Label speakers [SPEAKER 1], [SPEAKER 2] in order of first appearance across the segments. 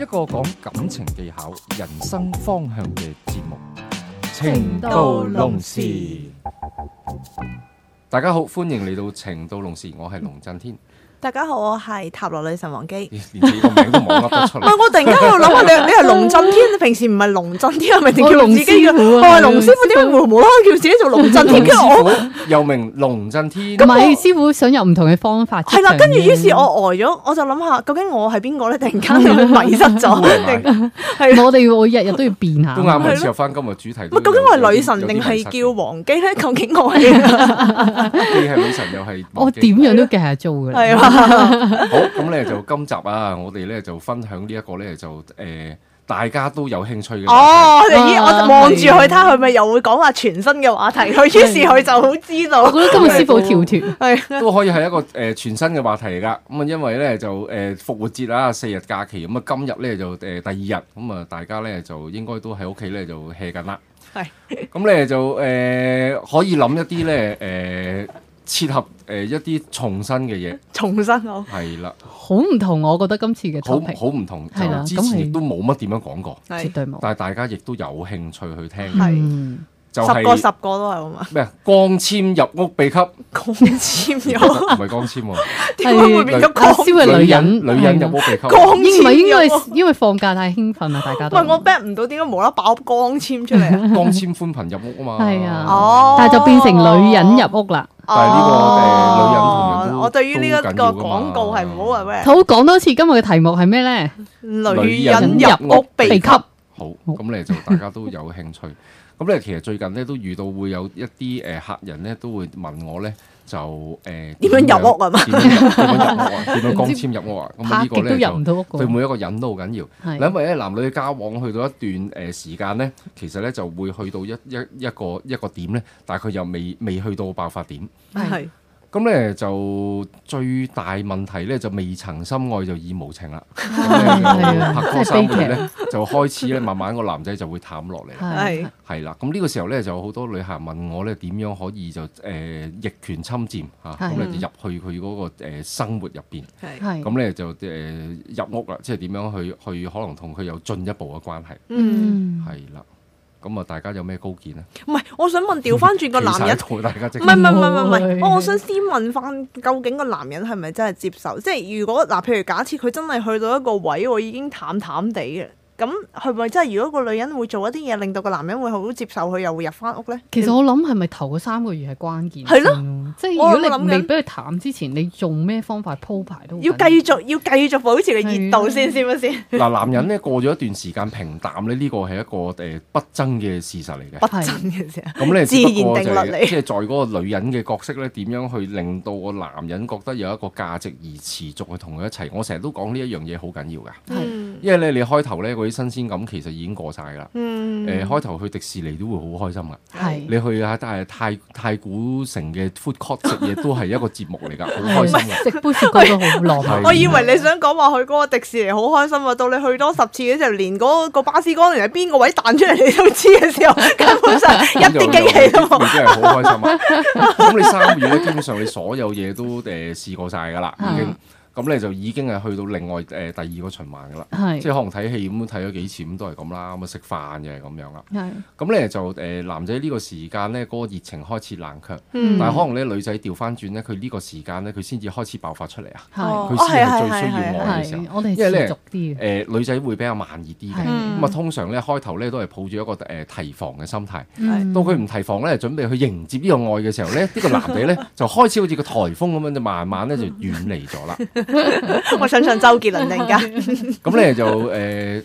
[SPEAKER 1] 一個講感情技巧、人生方向嘅節目《
[SPEAKER 2] 情到濃時》。
[SPEAKER 1] 大家好，歡迎嚟到《情到濃時》，我係龍震天，
[SPEAKER 3] 大家好，我係塔羅女神 王姬。
[SPEAKER 1] 咦連自己個名都冇噏得出
[SPEAKER 3] 唔係，
[SPEAKER 1] 嚟。
[SPEAKER 3] 我突然間喺度諗下，你你係龍震天，你平時唔係龍震天，係咪叫自己叫？
[SPEAKER 2] 我
[SPEAKER 3] 我係龍師傅，啊點解無無啦啦叫自己做 龍震
[SPEAKER 1] 龍
[SPEAKER 3] 天？跟住我
[SPEAKER 1] 師傅又名龍震天，
[SPEAKER 2] 唔係師傅想有唔同嘅方法出
[SPEAKER 3] 係啦，
[SPEAKER 2] 場
[SPEAKER 3] 跟住於是
[SPEAKER 2] 啫
[SPEAKER 3] 我呆咗，我就諗下究竟我係邊個咧？ 突然間迷失咗，
[SPEAKER 1] 係
[SPEAKER 3] 定係
[SPEAKER 2] 我哋會日日都要變下
[SPEAKER 1] 都。啱啊！
[SPEAKER 3] 係咯
[SPEAKER 1] 切合翻今日主題。
[SPEAKER 3] 唔係究竟我係女神定係叫王姬咧？究竟 我係
[SPEAKER 1] 叫？既係女神又係
[SPEAKER 2] 我
[SPEAKER 1] 王姬
[SPEAKER 2] 點樣都計下租噶啦，
[SPEAKER 3] 係啊嘛？
[SPEAKER 1] 好咁咧就今集啊，我哋咧就分享呢一個咧就誒大家都有興趣嘅話
[SPEAKER 3] 哦，咦！我
[SPEAKER 2] 啊
[SPEAKER 3] 就望住佢睇下佢咪又會講話全新嘅話題，佢於是佢就好知 道。
[SPEAKER 2] 我覺得今日師傅好跳脱，
[SPEAKER 3] 係啊
[SPEAKER 1] 題，都可以係一個誒全新嘅話題嚟噶。咁啊，因為咧就誒復活節啊，四日假期，咁啊今日咧就誒第二日，咁啊大家咧就應該都喺屋企咧就 hea 緊啦。
[SPEAKER 3] 係
[SPEAKER 1] 咁咧就誒呃可以諗一啲咧誒切合誒一啲重新嘅嘢，
[SPEAKER 3] 重生我
[SPEAKER 1] 係啦，
[SPEAKER 2] 好唔同。我覺得今次嘅
[SPEAKER 1] 好
[SPEAKER 2] topic
[SPEAKER 1] 好唔同，
[SPEAKER 2] 係啦
[SPEAKER 1] 就之
[SPEAKER 2] 咁
[SPEAKER 1] 前
[SPEAKER 2] 係
[SPEAKER 1] 亦都冇乜點樣講過，
[SPEAKER 2] 絕
[SPEAKER 3] 係
[SPEAKER 2] 對冇。
[SPEAKER 1] 但係大家亦都有興趣去聽嘅，
[SPEAKER 3] 係
[SPEAKER 2] 嗯
[SPEAKER 1] 就
[SPEAKER 3] 十個
[SPEAKER 1] 係
[SPEAKER 3] 十個都係咁啊！
[SPEAKER 1] 咩啊？光纖入屋秘笈， 唔
[SPEAKER 3] 講簽咗，
[SPEAKER 1] 係光纖喎，
[SPEAKER 3] 點解會變咗
[SPEAKER 2] 阿
[SPEAKER 3] 講
[SPEAKER 2] 蕭嘅女人，
[SPEAKER 1] 女人入
[SPEAKER 2] 係
[SPEAKER 1] 屋秘 笈，
[SPEAKER 3] 光
[SPEAKER 2] 應唔係應
[SPEAKER 3] 纖
[SPEAKER 2] 該
[SPEAKER 3] 咗
[SPEAKER 2] 係因為放假太興奮啦，啊大家都
[SPEAKER 3] 喂，我 bet 唔到點解無啦爆光纖出嚟啊！
[SPEAKER 1] 光纖寬頻入屋啊嘛。
[SPEAKER 2] 係啊
[SPEAKER 3] 哦，
[SPEAKER 2] 但係就變成女人入屋啦。
[SPEAKER 3] 哦。
[SPEAKER 1] 但係呢個誒女人同人都
[SPEAKER 3] 我對於呢一
[SPEAKER 1] 都緊
[SPEAKER 3] 個
[SPEAKER 1] 要㗎嘛
[SPEAKER 3] 廣告係唔好話喂，
[SPEAKER 2] 好講多次今日嘅題目係咩咧？
[SPEAKER 3] 女人入屋秘
[SPEAKER 2] 秘
[SPEAKER 3] 笈
[SPEAKER 2] 笈，
[SPEAKER 1] 好，咁啊咧就大家都有興趣。咁咧其實最近咧都遇到會有一啲誒客人咧都會問我咧就誒點
[SPEAKER 3] 點樣入屋啊嘛
[SPEAKER 1] 點樣入點樣入屋啊？點樣光纖入屋啊？咁啊
[SPEAKER 2] 拍
[SPEAKER 1] 呢個
[SPEAKER 2] 極都
[SPEAKER 1] 咧
[SPEAKER 2] 入唔
[SPEAKER 1] 就
[SPEAKER 2] 到屋
[SPEAKER 1] 對
[SPEAKER 2] 㗎。
[SPEAKER 1] 每一個人都好緊要。
[SPEAKER 2] 係
[SPEAKER 1] 因為咧男女嘅交往去到一段誒時間咧，其實咧就會去到一一一個一個點咧，但係佢又未未去到爆發點。
[SPEAKER 2] 係
[SPEAKER 3] 係
[SPEAKER 1] 咁咧就最大問題咧就未曾深愛就已無情啦。
[SPEAKER 2] 啊真係悲劇。
[SPEAKER 1] 咁咧就拍拖三個月咧就開始咧慢慢個男仔就會淡落嚟啦。
[SPEAKER 2] 係
[SPEAKER 3] 係
[SPEAKER 1] 係啦，咁呢個時候咧就有好多旅客問我咧點樣可以就誒、呃逆權侵佔嚇，咁、
[SPEAKER 2] 係
[SPEAKER 1] 咧就入去佢嗰、個、呃、生活入邊。
[SPEAKER 3] 係
[SPEAKER 2] 係
[SPEAKER 1] 咁咧就誒、入屋啦，即係點樣去去可能同佢有進一步嘅關係，
[SPEAKER 3] 嗯，
[SPEAKER 2] 嗯
[SPEAKER 1] 係啦。咁啊，大家有咩高見咧？
[SPEAKER 3] 唔係，我想問調翻轉個男
[SPEAKER 1] 企。
[SPEAKER 3] 人
[SPEAKER 1] 晒喺度大家即
[SPEAKER 3] 唔係唔係唔係唔
[SPEAKER 2] 唔
[SPEAKER 3] 係，
[SPEAKER 2] 會
[SPEAKER 3] 我我想先問翻，究竟個男人係咪真係接受？即係如果嗱，譬如假設佢真係去到一個位，我已經淡淡地嘅，咁係咪真係如果個女人會做一啲嘢，令到個男人會好接受佢，又會入翻屋咧？
[SPEAKER 2] 其實我諗係咪頭嗰三個月係關鍵
[SPEAKER 3] 係咯
[SPEAKER 2] 先咯，即係
[SPEAKER 3] 我
[SPEAKER 2] 如果
[SPEAKER 3] 諗
[SPEAKER 2] 你
[SPEAKER 3] 緊
[SPEAKER 2] 未俾佢淡之前，你用咩方法鋪排都好
[SPEAKER 3] 要
[SPEAKER 2] 緊要
[SPEAKER 3] 繼續要繼續保持個熱度
[SPEAKER 2] 係
[SPEAKER 3] 先，
[SPEAKER 2] 啊
[SPEAKER 3] 先唔先？
[SPEAKER 1] 嗱，男人咧過咗一段時間平淡咧，呢個係一個誒不爭嘅事實嚟嘅。
[SPEAKER 3] 不爭嘅啫。
[SPEAKER 1] 咁咧，
[SPEAKER 3] 自
[SPEAKER 1] 只
[SPEAKER 3] 然
[SPEAKER 1] 不過就
[SPEAKER 3] 定律嚟
[SPEAKER 1] 係即係在嗰個女人嘅角色咧，點樣去令到個男人覺得有一個價值而持續去同佢一齊。我成日都講呢一樣嘢好緊要㗎，
[SPEAKER 2] 係
[SPEAKER 3] 嗯
[SPEAKER 1] 因為咧你開頭咧嗰啲新鮮感其實已經過晒㗎啦。誒、
[SPEAKER 3] 嗯，
[SPEAKER 1] 開頭去迪士尼都會好開心㗎，
[SPEAKER 2] 係
[SPEAKER 1] 你去下但係太太古城嘅 food court 食嘢都係一個節目 嚟㗎，好開
[SPEAKER 2] 係
[SPEAKER 1] 心㗎。啊
[SPEAKER 2] 食杯雪糕都好浪漫。
[SPEAKER 3] 我以為你想講話去嗰個迪士尼好開心啊，到你去多十次嘅時候，連嗰個巴斯光年喺邊個位彈出嚟你都知嘅時候，根本上一啲驚喜都 冇。
[SPEAKER 1] 已經係好開心啊！咁你三個月咧，基本上你所有嘢都誒試過晒㗎啦，已經
[SPEAKER 2] 嗯
[SPEAKER 3] 啊
[SPEAKER 1] 咁你就已經係去到另外誒第二個循環㗎啦。
[SPEAKER 2] 係
[SPEAKER 1] 即係可能睇戲咁睇咗幾次咁都係咁啦，咁啊食飯嘅咁樣啦。
[SPEAKER 2] 係
[SPEAKER 1] 咁咧就誒、男仔呢個時間咧，嗰、個熱情開始冷卻，
[SPEAKER 2] 嗯
[SPEAKER 1] 但係可能咧女仔調翻轉咧，佢呢個時間咧，佢先至開始爆發出嚟啊！
[SPEAKER 2] 係
[SPEAKER 3] 哦
[SPEAKER 1] 佢先係最
[SPEAKER 3] 係係
[SPEAKER 1] 需要愛嘅時候。
[SPEAKER 2] 係，我哋
[SPEAKER 1] 因為咧
[SPEAKER 2] 持續啲嘅
[SPEAKER 1] 誒、女仔會比較慢熱啲嘅，咁
[SPEAKER 2] 係
[SPEAKER 1] 啊、
[SPEAKER 3] 嗯
[SPEAKER 1] 通常咧開頭咧都係抱住一個誒、提防嘅心態，
[SPEAKER 2] 嗯
[SPEAKER 1] 到佢唔提防咧，準備去迎接呢個愛嘅時候咧，呢、個男仔咧就開始好似個颱風咁樣，就慢慢咧就遠離咗啦。
[SPEAKER 3] 我想唱周杰倫突然間，
[SPEAKER 1] 呃咁咧就誒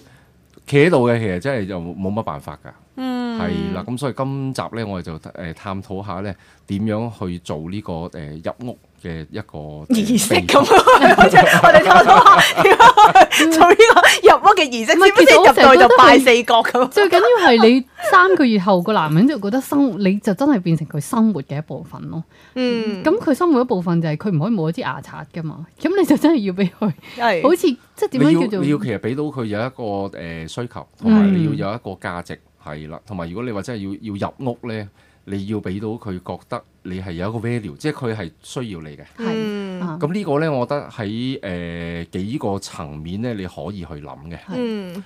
[SPEAKER 1] 企喺度嘅，其實真係就冇乜辦法㗎。
[SPEAKER 4] 嗯
[SPEAKER 1] 係啦，咁所以今集咧，我哋就誒探討下咧點樣去做呢、個誒、呃入屋嘅一個誒
[SPEAKER 3] 儀式
[SPEAKER 1] 秘
[SPEAKER 3] 咁，
[SPEAKER 4] 啊
[SPEAKER 3] 我 哋探討下點樣去做呢個入屋嘅儀式，知
[SPEAKER 4] 唔係
[SPEAKER 3] 唔知
[SPEAKER 4] 其實
[SPEAKER 3] 入
[SPEAKER 4] 我成日
[SPEAKER 3] 到去
[SPEAKER 4] 覺得
[SPEAKER 3] 就拜四角咁？
[SPEAKER 4] 最緊要係你三個月後個男人就覺得生活，你就真係變成佢生活嘅一部分咯。
[SPEAKER 3] 嗯，
[SPEAKER 4] 咁佢生活一部分就係佢唔可以冇一支牙刷噶嘛。咁你就真係要俾佢，
[SPEAKER 3] 係
[SPEAKER 4] 好似即係點
[SPEAKER 1] 你
[SPEAKER 4] 樣
[SPEAKER 1] 要
[SPEAKER 4] 叫
[SPEAKER 1] 你要
[SPEAKER 4] 做
[SPEAKER 1] 其實俾到佢有一個誒、需求，同埋你
[SPEAKER 4] 嗯
[SPEAKER 1] 要有一個價值係啦，同埋如果你話真係要要入屋咧，你要俾到佢覺得你係有一個 value，即係佢係需要你嘅。
[SPEAKER 4] 係
[SPEAKER 3] 嗯
[SPEAKER 4] 啊
[SPEAKER 1] 咁呢個咧，我覺得喺誒、呃幾個層面咧，你可以去諗嘅。
[SPEAKER 4] 係
[SPEAKER 3] 嗯
[SPEAKER 1] 誒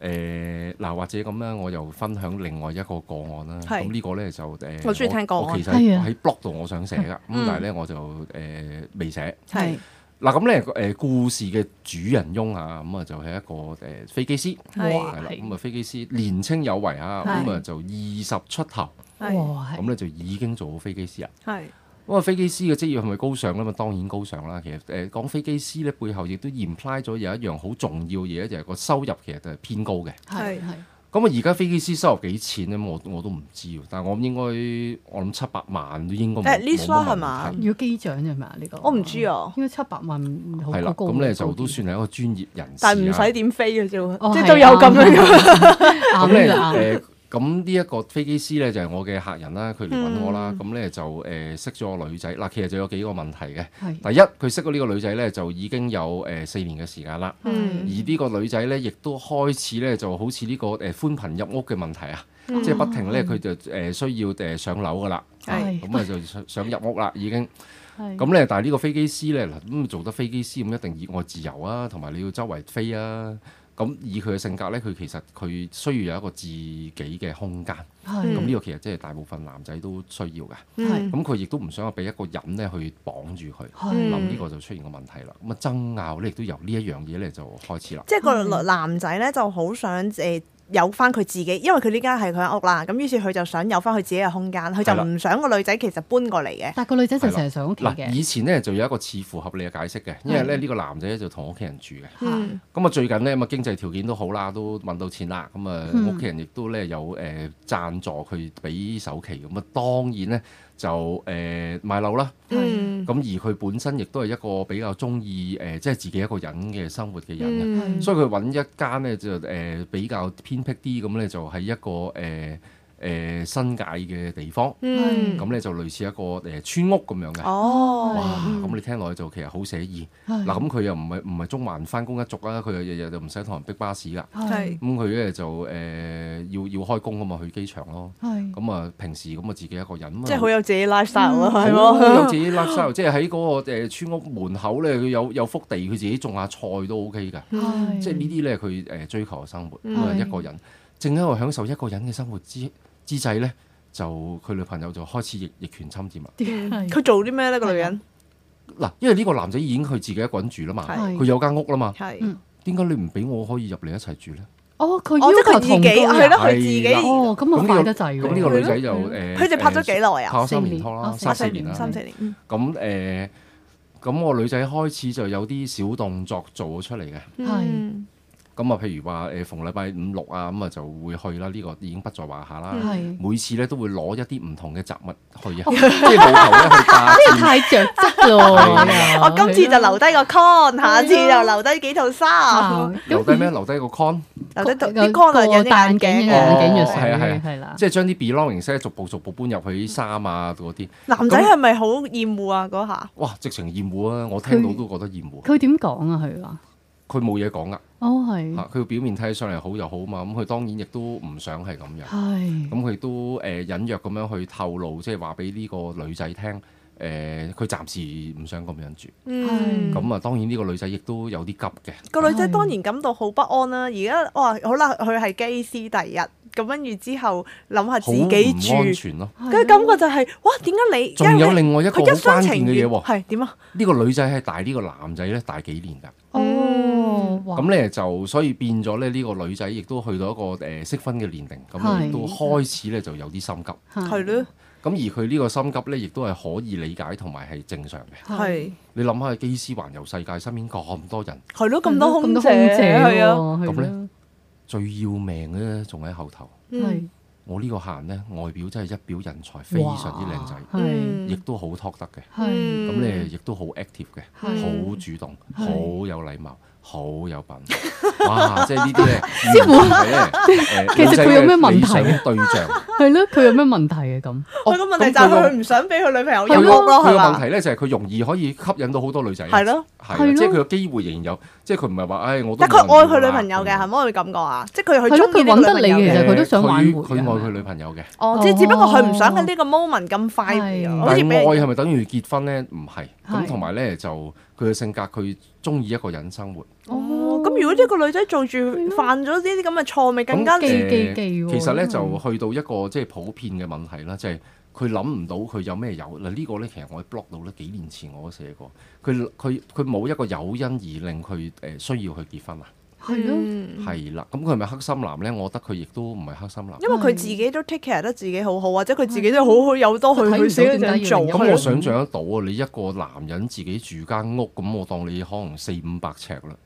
[SPEAKER 1] 呃嗱、或者咁啦，我又分享另外一個個案啦。
[SPEAKER 3] 係
[SPEAKER 1] 咁呢個咧就誒，呃
[SPEAKER 3] 我鍾意聽個案
[SPEAKER 1] 我其實
[SPEAKER 4] 係啊
[SPEAKER 1] 喺 blog 度我想寫 噶，咁
[SPEAKER 3] 嗯
[SPEAKER 1] 但係咧我就誒未寫。
[SPEAKER 3] 係
[SPEAKER 4] 係
[SPEAKER 1] 嗱咁咧誒故事嘅主人翁啊，咁啊就係一個誒飛機師，
[SPEAKER 3] 係
[SPEAKER 1] 係啦，
[SPEAKER 4] 係
[SPEAKER 1] 咁啊飛機師年青有為啊，
[SPEAKER 3] 係
[SPEAKER 1] 咁啊就二十出頭，
[SPEAKER 3] 係
[SPEAKER 4] 哇
[SPEAKER 1] 咁
[SPEAKER 4] 係
[SPEAKER 1] 咧就已經做好飛機師啊。
[SPEAKER 3] 係
[SPEAKER 1] 咁啊飛機師嘅職業係咪高尚咧？咁啊當然高尚啦。其實誒講飛機師咧，背後亦都 imply 咗有一樣好重要嘅嘢，就係個收入其實就係偏高嘅。
[SPEAKER 4] 係係
[SPEAKER 1] 咁啊，而家飛機師收入幾錢咧？咁我我都唔知喎，但係我應該我諗七百萬都應該冇
[SPEAKER 3] 誒
[SPEAKER 1] 冇
[SPEAKER 3] list
[SPEAKER 1] 乜
[SPEAKER 3] 啦係
[SPEAKER 1] 問
[SPEAKER 3] 嘛
[SPEAKER 1] 題。
[SPEAKER 4] 要機長啫嘛呢個？
[SPEAKER 3] 我唔知啊，
[SPEAKER 4] 應該七百萬好
[SPEAKER 1] 係啦，
[SPEAKER 4] 好高
[SPEAKER 1] 咁
[SPEAKER 4] 好
[SPEAKER 1] 咧
[SPEAKER 4] 高
[SPEAKER 1] 就都
[SPEAKER 4] 啲
[SPEAKER 1] 算係一個專業人士啊
[SPEAKER 3] 但係唔
[SPEAKER 1] 啦
[SPEAKER 3] 使點飛嘅啫
[SPEAKER 4] 哦
[SPEAKER 3] 喎，即係
[SPEAKER 4] 係
[SPEAKER 3] 都有咁樣嘅。
[SPEAKER 1] 咁
[SPEAKER 4] 啱
[SPEAKER 1] 咧
[SPEAKER 4] 啦啱
[SPEAKER 1] 誒，咁呢一個飛機師咧就係我嘅客人啦，佢嚟揾我
[SPEAKER 3] 嗯
[SPEAKER 1] 啦，咁咧就誒識咗個女仔。嗱，其實就有幾個問題嘅。
[SPEAKER 4] 係
[SPEAKER 1] 第一，佢識咗呢個女仔咧就已經有誒四年嘅時間啦。而
[SPEAKER 3] 嗯
[SPEAKER 1] 呢個女仔咧，亦都開始咧就好似呢個誒寬頻入屋嘅問題啊，
[SPEAKER 3] 嗯
[SPEAKER 1] 即係不停咧佢就誒需要誒上樓噶啦，
[SPEAKER 4] 係
[SPEAKER 1] 咁啊就 想想入屋啦已經。
[SPEAKER 4] 係
[SPEAKER 3] 嗯
[SPEAKER 1] 咁咧，但係呢個飛機師咧，嗱咁做得飛機師咁一定熱愛自由啊，同埋你要周圍飛啊。咁以佢嘅性格咧，佢其實佢需要有一個自己嘅空間。
[SPEAKER 4] 係
[SPEAKER 1] 咁呢個其實即係大部分男仔都需要嘅。
[SPEAKER 3] 嗯
[SPEAKER 1] 咁佢亦都唔想話俾一個人咧去綁住佢。
[SPEAKER 4] 係
[SPEAKER 1] 咁
[SPEAKER 3] 嗯
[SPEAKER 1] 呢個就出現個問題啦。咁啊爭拗咧，亦都由呢一樣嘢咧就開始啦。
[SPEAKER 3] 即係
[SPEAKER 4] 嗯
[SPEAKER 3] 個男仔咧就好想誒有翻佢自己，因為佢呢間係佢間屋啦，咁於是佢就想有翻佢自己嘅空間，佢
[SPEAKER 1] 係
[SPEAKER 3] 就
[SPEAKER 1] 啦
[SPEAKER 3] 唔想個女仔其實搬過嚟嘅。
[SPEAKER 4] 但係個女仔就成日上屋企
[SPEAKER 1] 嗱，
[SPEAKER 4] 嘅，
[SPEAKER 1] 以前咧就有一個似乎合理嘅解釋嘅，因為咧呢個男仔咧就同屋企人住嘅。
[SPEAKER 3] 嗯
[SPEAKER 1] 咁啊，最近咧咁啊經濟條件都好啦，都揾到錢啦。咁啊，
[SPEAKER 4] 嗯
[SPEAKER 1] 屋企人亦都咧有誒、呃、贊助佢俾首期。咁啊，當然咧就誒、呃、買樓啦。
[SPEAKER 3] 嗯
[SPEAKER 1] 咁而佢本身亦都係一個比較中意誒，即係自己一個人嘅生活嘅人嘅。
[SPEAKER 3] 嗯
[SPEAKER 1] 所以佢揾一間咧就誒、呃比較偏僻啲咁咧，就係一個誒誒、呃新界嘅地方。
[SPEAKER 3] 嗯
[SPEAKER 1] 咁咧就類似一個誒、呃村屋咁樣嘅。哇！
[SPEAKER 3] 哦，
[SPEAKER 1] 咁你聽落去就其實好寫意。
[SPEAKER 3] 嗯
[SPEAKER 4] 嗱
[SPEAKER 1] 嗱，咁佢又唔係唔係中環翻工一族啊，佢又日日就唔使同人逼巴士噶。
[SPEAKER 4] 係
[SPEAKER 1] 咁佢咧就誒、呃要要開工啊嘛，去機場咯。
[SPEAKER 4] 係
[SPEAKER 1] 咁啊，平時咁啊自己一個人啊嘛，
[SPEAKER 3] 嗯即
[SPEAKER 4] 嗯
[SPEAKER 3] 係好有自己 lifestyle 啊，係
[SPEAKER 1] 好有
[SPEAKER 3] 咯。
[SPEAKER 1] 自己 lifestyle，即係喺嗰個誒村屋門口咧，佢有有幅地，佢自己種下菜都 OK
[SPEAKER 3] 嗯
[SPEAKER 1] 㗎。
[SPEAKER 4] 係
[SPEAKER 1] 即係呢啲咧，佢誒追求嘅生活，咁啊
[SPEAKER 4] 嗯
[SPEAKER 1] 一個人，正喺度享受一個人嘅生活之之際咧，就佢女朋友就開始逆逆權侵佔啦。
[SPEAKER 4] 係
[SPEAKER 3] 佢做啲咩咧？個女人
[SPEAKER 1] 嗱，因為呢個男仔已經佢自己一個人住啦嘛，
[SPEAKER 3] 係
[SPEAKER 1] 佢有間屋啦嘛，
[SPEAKER 3] 係
[SPEAKER 4] 嗯
[SPEAKER 1] 點解你唔俾我可以入嚟一齊住咧？
[SPEAKER 4] 哦，佢
[SPEAKER 3] 哦，即係
[SPEAKER 4] 要
[SPEAKER 3] 佢
[SPEAKER 4] 求
[SPEAKER 3] 自
[SPEAKER 4] 同
[SPEAKER 3] 己
[SPEAKER 4] 居
[SPEAKER 3] 係
[SPEAKER 4] 啊
[SPEAKER 3] 咯，佢自己
[SPEAKER 1] 係
[SPEAKER 3] 佢
[SPEAKER 4] 哦，咁啊
[SPEAKER 1] 咁呢個
[SPEAKER 4] 快得滯喎。
[SPEAKER 1] 咁呢個女仔就
[SPEAKER 4] 係咯
[SPEAKER 1] 誒，
[SPEAKER 3] 哋拍咗幾
[SPEAKER 1] 誒
[SPEAKER 3] 耐
[SPEAKER 1] 拍咗
[SPEAKER 3] 啊？
[SPEAKER 1] 三年拖啦，三
[SPEAKER 4] 四年
[SPEAKER 1] 四
[SPEAKER 4] 四
[SPEAKER 1] 年啦。
[SPEAKER 3] 三四年。嗯
[SPEAKER 1] 咁誒，咁我女仔開始就有啲小動作做咗出嚟嘅。
[SPEAKER 3] 嗯
[SPEAKER 1] 咁啊，譬如話誒，逢禮拜五六啊，咁啊就會去啦。呢個已經不在話下啦。
[SPEAKER 4] 係
[SPEAKER 1] 每次咧都會攞一啲唔同嘅雜物去啊，即係冇頭咧去霸 佔。
[SPEAKER 4] 太着質咯。
[SPEAKER 3] 我今次就留低個 con，下次就留低幾套
[SPEAKER 4] 啊
[SPEAKER 3] 衫，
[SPEAKER 1] 留低咩？留低個 con，
[SPEAKER 3] 留低啲 con 啊，有
[SPEAKER 4] 個戴
[SPEAKER 3] 啲
[SPEAKER 4] 眼鏡嘅
[SPEAKER 3] 眼鏡
[SPEAKER 1] 哦
[SPEAKER 4] 眼
[SPEAKER 3] 啊。
[SPEAKER 4] 鏡藥
[SPEAKER 1] 係啊係啊
[SPEAKER 4] 水係啦。
[SPEAKER 1] 即係將啲 belongings 咧逐步逐步搬入去啲衫啊嗰啲。
[SPEAKER 3] 男仔係咪好厭惡啊？嗰下
[SPEAKER 1] 哇！直情厭惡啊！我聽到都覺得厭惡。
[SPEAKER 4] 佢點講啊？佢話
[SPEAKER 1] 佢冇嘢講噶，啊
[SPEAKER 4] 哦係
[SPEAKER 1] 嚇佢表面睇起上嚟好就好嘛。咁佢當然亦都唔想係咁樣。
[SPEAKER 4] 係
[SPEAKER 1] 咁佢都誒隱約咁樣去透露，即係話俾呢個女仔聽，誒、佢暫時唔想咁樣住。
[SPEAKER 3] 嗯
[SPEAKER 4] 係
[SPEAKER 1] 咁啊、當然呢個女仔亦都有啲急嘅，
[SPEAKER 3] 個女仔
[SPEAKER 4] 係
[SPEAKER 3] 當然感到好不安啦。而家哇，好啦，佢係機師第一，咁跟住之後諗下自
[SPEAKER 1] 好唔安
[SPEAKER 3] 己住，
[SPEAKER 1] 全咯。啊
[SPEAKER 3] 跟住感覺就係哇，點解你
[SPEAKER 1] 仲有
[SPEAKER 3] 因為
[SPEAKER 1] 另外一個好
[SPEAKER 3] 佢一
[SPEAKER 1] 關鍵
[SPEAKER 3] 廂情
[SPEAKER 1] 嘅嘢
[SPEAKER 3] 願
[SPEAKER 1] 喎，
[SPEAKER 3] 係點啊？
[SPEAKER 1] 呢個女仔係大呢個男仔咧大幾年㗎，
[SPEAKER 4] 哦哇
[SPEAKER 1] 咁咧就所以變咗咧呢個女仔亦都去到一個誒、適婚嘅年齡，咁啊
[SPEAKER 4] 係
[SPEAKER 1] 亦都開始咧就有啲心急。
[SPEAKER 4] 嗯
[SPEAKER 3] 係咯，
[SPEAKER 1] 咁而佢呢個心急咧，亦都係可以理解同埋係正常嘅。
[SPEAKER 3] 係
[SPEAKER 1] 你諗下，機師環遊世界，身邊咁多人，
[SPEAKER 3] 係咯，咁多空姐
[SPEAKER 4] 係
[SPEAKER 3] 係啊，
[SPEAKER 4] 啊，
[SPEAKER 1] 咁
[SPEAKER 4] 咁
[SPEAKER 1] 咧最要命嘅咧仲喺後頭。
[SPEAKER 3] 嗯
[SPEAKER 4] 係
[SPEAKER 1] 我呢個客人呢，外表真係一表人才，非常之靚仔，
[SPEAKER 4] 哇係
[SPEAKER 3] 嗯
[SPEAKER 1] 亦都好 talk 得嘅。
[SPEAKER 4] 係
[SPEAKER 1] 咁你亦都好 active 嘅，
[SPEAKER 3] 嗯
[SPEAKER 4] 係
[SPEAKER 1] 好主動，
[SPEAKER 4] 係
[SPEAKER 1] 好有禮貌，好有 品。哇！即係呢啲咧，師 傅
[SPEAKER 4] 其實佢有咩問題啊
[SPEAKER 1] 對象
[SPEAKER 4] 係咯，佢有咩問題啊？咁
[SPEAKER 3] 佢個問題
[SPEAKER 1] 哦咁
[SPEAKER 3] 就係
[SPEAKER 1] 佢個
[SPEAKER 3] 佢唔想俾佢女朋友
[SPEAKER 4] 係
[SPEAKER 3] 入
[SPEAKER 4] 咯
[SPEAKER 1] 佢
[SPEAKER 3] 屋咯，係
[SPEAKER 1] 個問
[SPEAKER 3] 嘛
[SPEAKER 1] 題？咧就係佢容易可以吸引到好多女仔。
[SPEAKER 3] 係咯，
[SPEAKER 1] 係啊
[SPEAKER 4] 係咯
[SPEAKER 1] 即係佢個機會仍然有，即係佢唔係話唉我都
[SPEAKER 3] 但
[SPEAKER 1] 冇人
[SPEAKER 3] 佢愛佢
[SPEAKER 1] 要啦
[SPEAKER 3] 女朋友嘅，
[SPEAKER 1] 咁
[SPEAKER 3] 係咪可以咁講啊？即係佢
[SPEAKER 4] 係
[SPEAKER 3] 佢
[SPEAKER 4] 咯
[SPEAKER 3] 中意呢個
[SPEAKER 4] 佢揾得
[SPEAKER 3] 女
[SPEAKER 4] 你
[SPEAKER 3] 朋
[SPEAKER 4] 其
[SPEAKER 3] 友
[SPEAKER 4] 實
[SPEAKER 3] 嘅。
[SPEAKER 4] 佢都想挽回啊
[SPEAKER 1] 佢
[SPEAKER 4] 㗎
[SPEAKER 1] 佢愛佢女朋友嘅，
[SPEAKER 3] 哦，即係只不過佢唔想
[SPEAKER 4] 哦
[SPEAKER 3] 喺呢個 moment 咁快，
[SPEAKER 4] 係
[SPEAKER 3] 好
[SPEAKER 1] 但
[SPEAKER 3] 似
[SPEAKER 1] 係
[SPEAKER 3] 俾
[SPEAKER 1] 愛係
[SPEAKER 3] 人
[SPEAKER 1] 咪等於結婚咧？唔係。
[SPEAKER 4] 係
[SPEAKER 1] 咁同埋咧就佢嘅性格，佢中意一個人生活。
[SPEAKER 3] 哦。咁如果呢個女仔做住
[SPEAKER 4] 咯
[SPEAKER 3] 犯咗呢啲咁嘅錯，咪更加
[SPEAKER 1] 咁
[SPEAKER 4] 記
[SPEAKER 1] 誒
[SPEAKER 4] 記記
[SPEAKER 3] 嗯
[SPEAKER 4] 喎啊
[SPEAKER 1] 其實咧
[SPEAKER 4] 真係
[SPEAKER 1] 就去到一個即係普遍嘅問題啦，就係佢諗唔到佢有咩有嗱呢個咧，其實我喺 blog 度咧幾年前我都寫過，佢佢佢冇一個誘因而令佢誒、需要去結婚啊，
[SPEAKER 4] 係咯，
[SPEAKER 3] 嗯
[SPEAKER 1] 係啦、咁佢係咪黑心男咧？我覺得佢亦都唔係黑心男。
[SPEAKER 3] 因為佢自己都 take care 得自己好好，或者佢自己都好好有多去
[SPEAKER 4] 佢睇唔
[SPEAKER 3] 佢
[SPEAKER 4] 到點
[SPEAKER 3] 先想
[SPEAKER 4] 解要
[SPEAKER 3] 做。
[SPEAKER 4] 人
[SPEAKER 1] 咁
[SPEAKER 4] 係
[SPEAKER 1] 我
[SPEAKER 4] 啊
[SPEAKER 1] 想像得到啊！你一個男人自己住間屋，咁我當你可能四五百尺啦。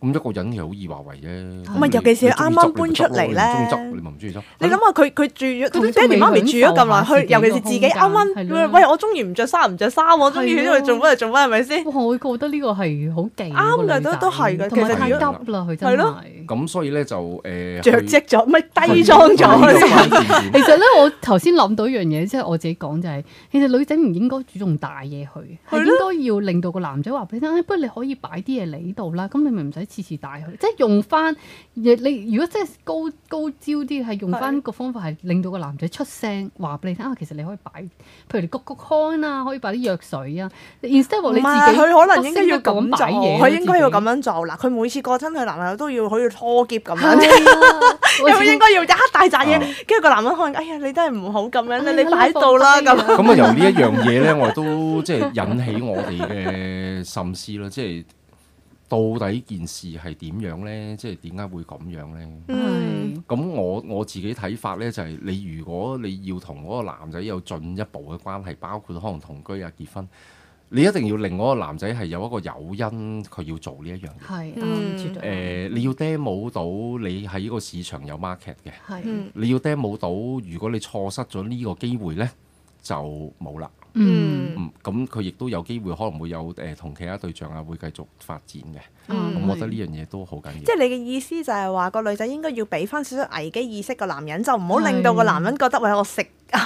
[SPEAKER 1] 咁一個人其實好易話為啫。
[SPEAKER 4] 咪
[SPEAKER 1] 咁你
[SPEAKER 3] 尤其是
[SPEAKER 1] 你中意
[SPEAKER 3] 啱
[SPEAKER 1] 執你咪
[SPEAKER 3] 啱搬
[SPEAKER 1] 執
[SPEAKER 3] 出
[SPEAKER 1] 咯
[SPEAKER 3] 嚟
[SPEAKER 1] 你唔中意執
[SPEAKER 3] 咧
[SPEAKER 1] 你咪唔中意執。
[SPEAKER 3] 你諗下佢佢住咗同
[SPEAKER 4] 佢都仲
[SPEAKER 3] 爹哋媽咪
[SPEAKER 4] 未
[SPEAKER 3] 住咗咁耐，
[SPEAKER 4] 享受下
[SPEAKER 3] 佢尤其是
[SPEAKER 4] 自
[SPEAKER 3] 自
[SPEAKER 4] 己個
[SPEAKER 3] 己啱
[SPEAKER 4] 空間
[SPEAKER 3] 啱
[SPEAKER 4] 係咯
[SPEAKER 3] 喂，我中意唔着衫唔着衫，我中意
[SPEAKER 4] 係
[SPEAKER 3] 呢
[SPEAKER 4] 咯
[SPEAKER 3] 度做乜就做乜，係咪先？
[SPEAKER 4] 哇！我覺得呢個係好勁喎
[SPEAKER 3] 啱㗎
[SPEAKER 4] 個女仔
[SPEAKER 3] 都都係㗎
[SPEAKER 4] 同埋
[SPEAKER 1] 其實
[SPEAKER 4] 太
[SPEAKER 1] 如
[SPEAKER 4] 急
[SPEAKER 1] 果
[SPEAKER 4] 啦，佢
[SPEAKER 3] 係
[SPEAKER 4] 真
[SPEAKER 3] 咯
[SPEAKER 4] 係。
[SPEAKER 1] 咁所以咧就誒
[SPEAKER 3] 着
[SPEAKER 1] 去
[SPEAKER 3] 積咗，咪
[SPEAKER 1] 去
[SPEAKER 3] 低裝
[SPEAKER 1] 去呢個
[SPEAKER 4] 啊
[SPEAKER 3] 咗。
[SPEAKER 1] 關
[SPEAKER 3] 啊
[SPEAKER 1] 鍵 點
[SPEAKER 4] 其實咧，我頭先諗到一樣嘢，即係我自己講就係、其實女仔唔應該主動帶嘢去，係
[SPEAKER 3] 係
[SPEAKER 4] 應
[SPEAKER 3] 咯
[SPEAKER 4] 該要令到個男仔話俾你聽，哎不如你可以擺啲嘢嚟呢度啦，咁你咪唔使次次帶去，即係用翻你你如果真係高高招啲，係用翻
[SPEAKER 3] 係
[SPEAKER 4] 個方法係令到個男仔出聲話俾你聽啊，其實你可以擺，譬如你焗焗康啊，可以擺啲藥水啊，instead
[SPEAKER 3] 唔
[SPEAKER 4] of 你
[SPEAKER 3] 係，
[SPEAKER 4] 自己
[SPEAKER 3] 佢可能應該要
[SPEAKER 4] 不聲
[SPEAKER 3] 咁
[SPEAKER 4] 不
[SPEAKER 3] 做，
[SPEAKER 4] 講擺嘢咯，
[SPEAKER 3] 佢應該要咁
[SPEAKER 4] 自己。
[SPEAKER 3] 樣做嗱。佢每次過親佢男朋友都要好似拖劫咁樣，
[SPEAKER 4] 係啊，
[SPEAKER 3] 因為應該要一大扎嘢
[SPEAKER 1] 啊，
[SPEAKER 3] 跟住個男人可能哎呀你真係唔好咁樣
[SPEAKER 4] 哎
[SPEAKER 3] 咧，你
[SPEAKER 4] 呀
[SPEAKER 3] 擺到啦
[SPEAKER 4] 你放低
[SPEAKER 3] 咁
[SPEAKER 4] 啦。
[SPEAKER 1] 咁啊，由呢一樣嘢咧，我都即係引起我哋嘅 深思啦。即係到底件事係點樣咧？即係點解會咁樣咧？
[SPEAKER 3] 嗯，
[SPEAKER 1] 咁我我自己睇法咧，就係、你如果你要同嗰個男仔有進一步嘅關係，包括可能同居啊、結婚，你一定要令嗰個男仔係有一個誘因，佢要做呢一樣嘢。
[SPEAKER 4] 係啱，
[SPEAKER 3] 嗯
[SPEAKER 4] 絕
[SPEAKER 1] 誒、
[SPEAKER 4] 對
[SPEAKER 1] 你要 demo 到你喺個市場有 market 嘅，
[SPEAKER 4] 啱係
[SPEAKER 3] 嗯
[SPEAKER 1] 你要 demo 到，如果你錯失咗呢個機會咧，就冇啦。
[SPEAKER 4] 嗯。
[SPEAKER 1] 嗯，咁佢亦都有機會可能會有誒同、其他對象啊，會繼續發展嘅。
[SPEAKER 4] Ờ,
[SPEAKER 3] 嗯
[SPEAKER 1] 咁我覺得呢樣嘢都好緊
[SPEAKER 3] 即
[SPEAKER 1] 要。
[SPEAKER 3] 係你嘅意思就係話個女仔應該要俾翻少少危機意識個男人，就唔好令到個男人覺得喂我食硬你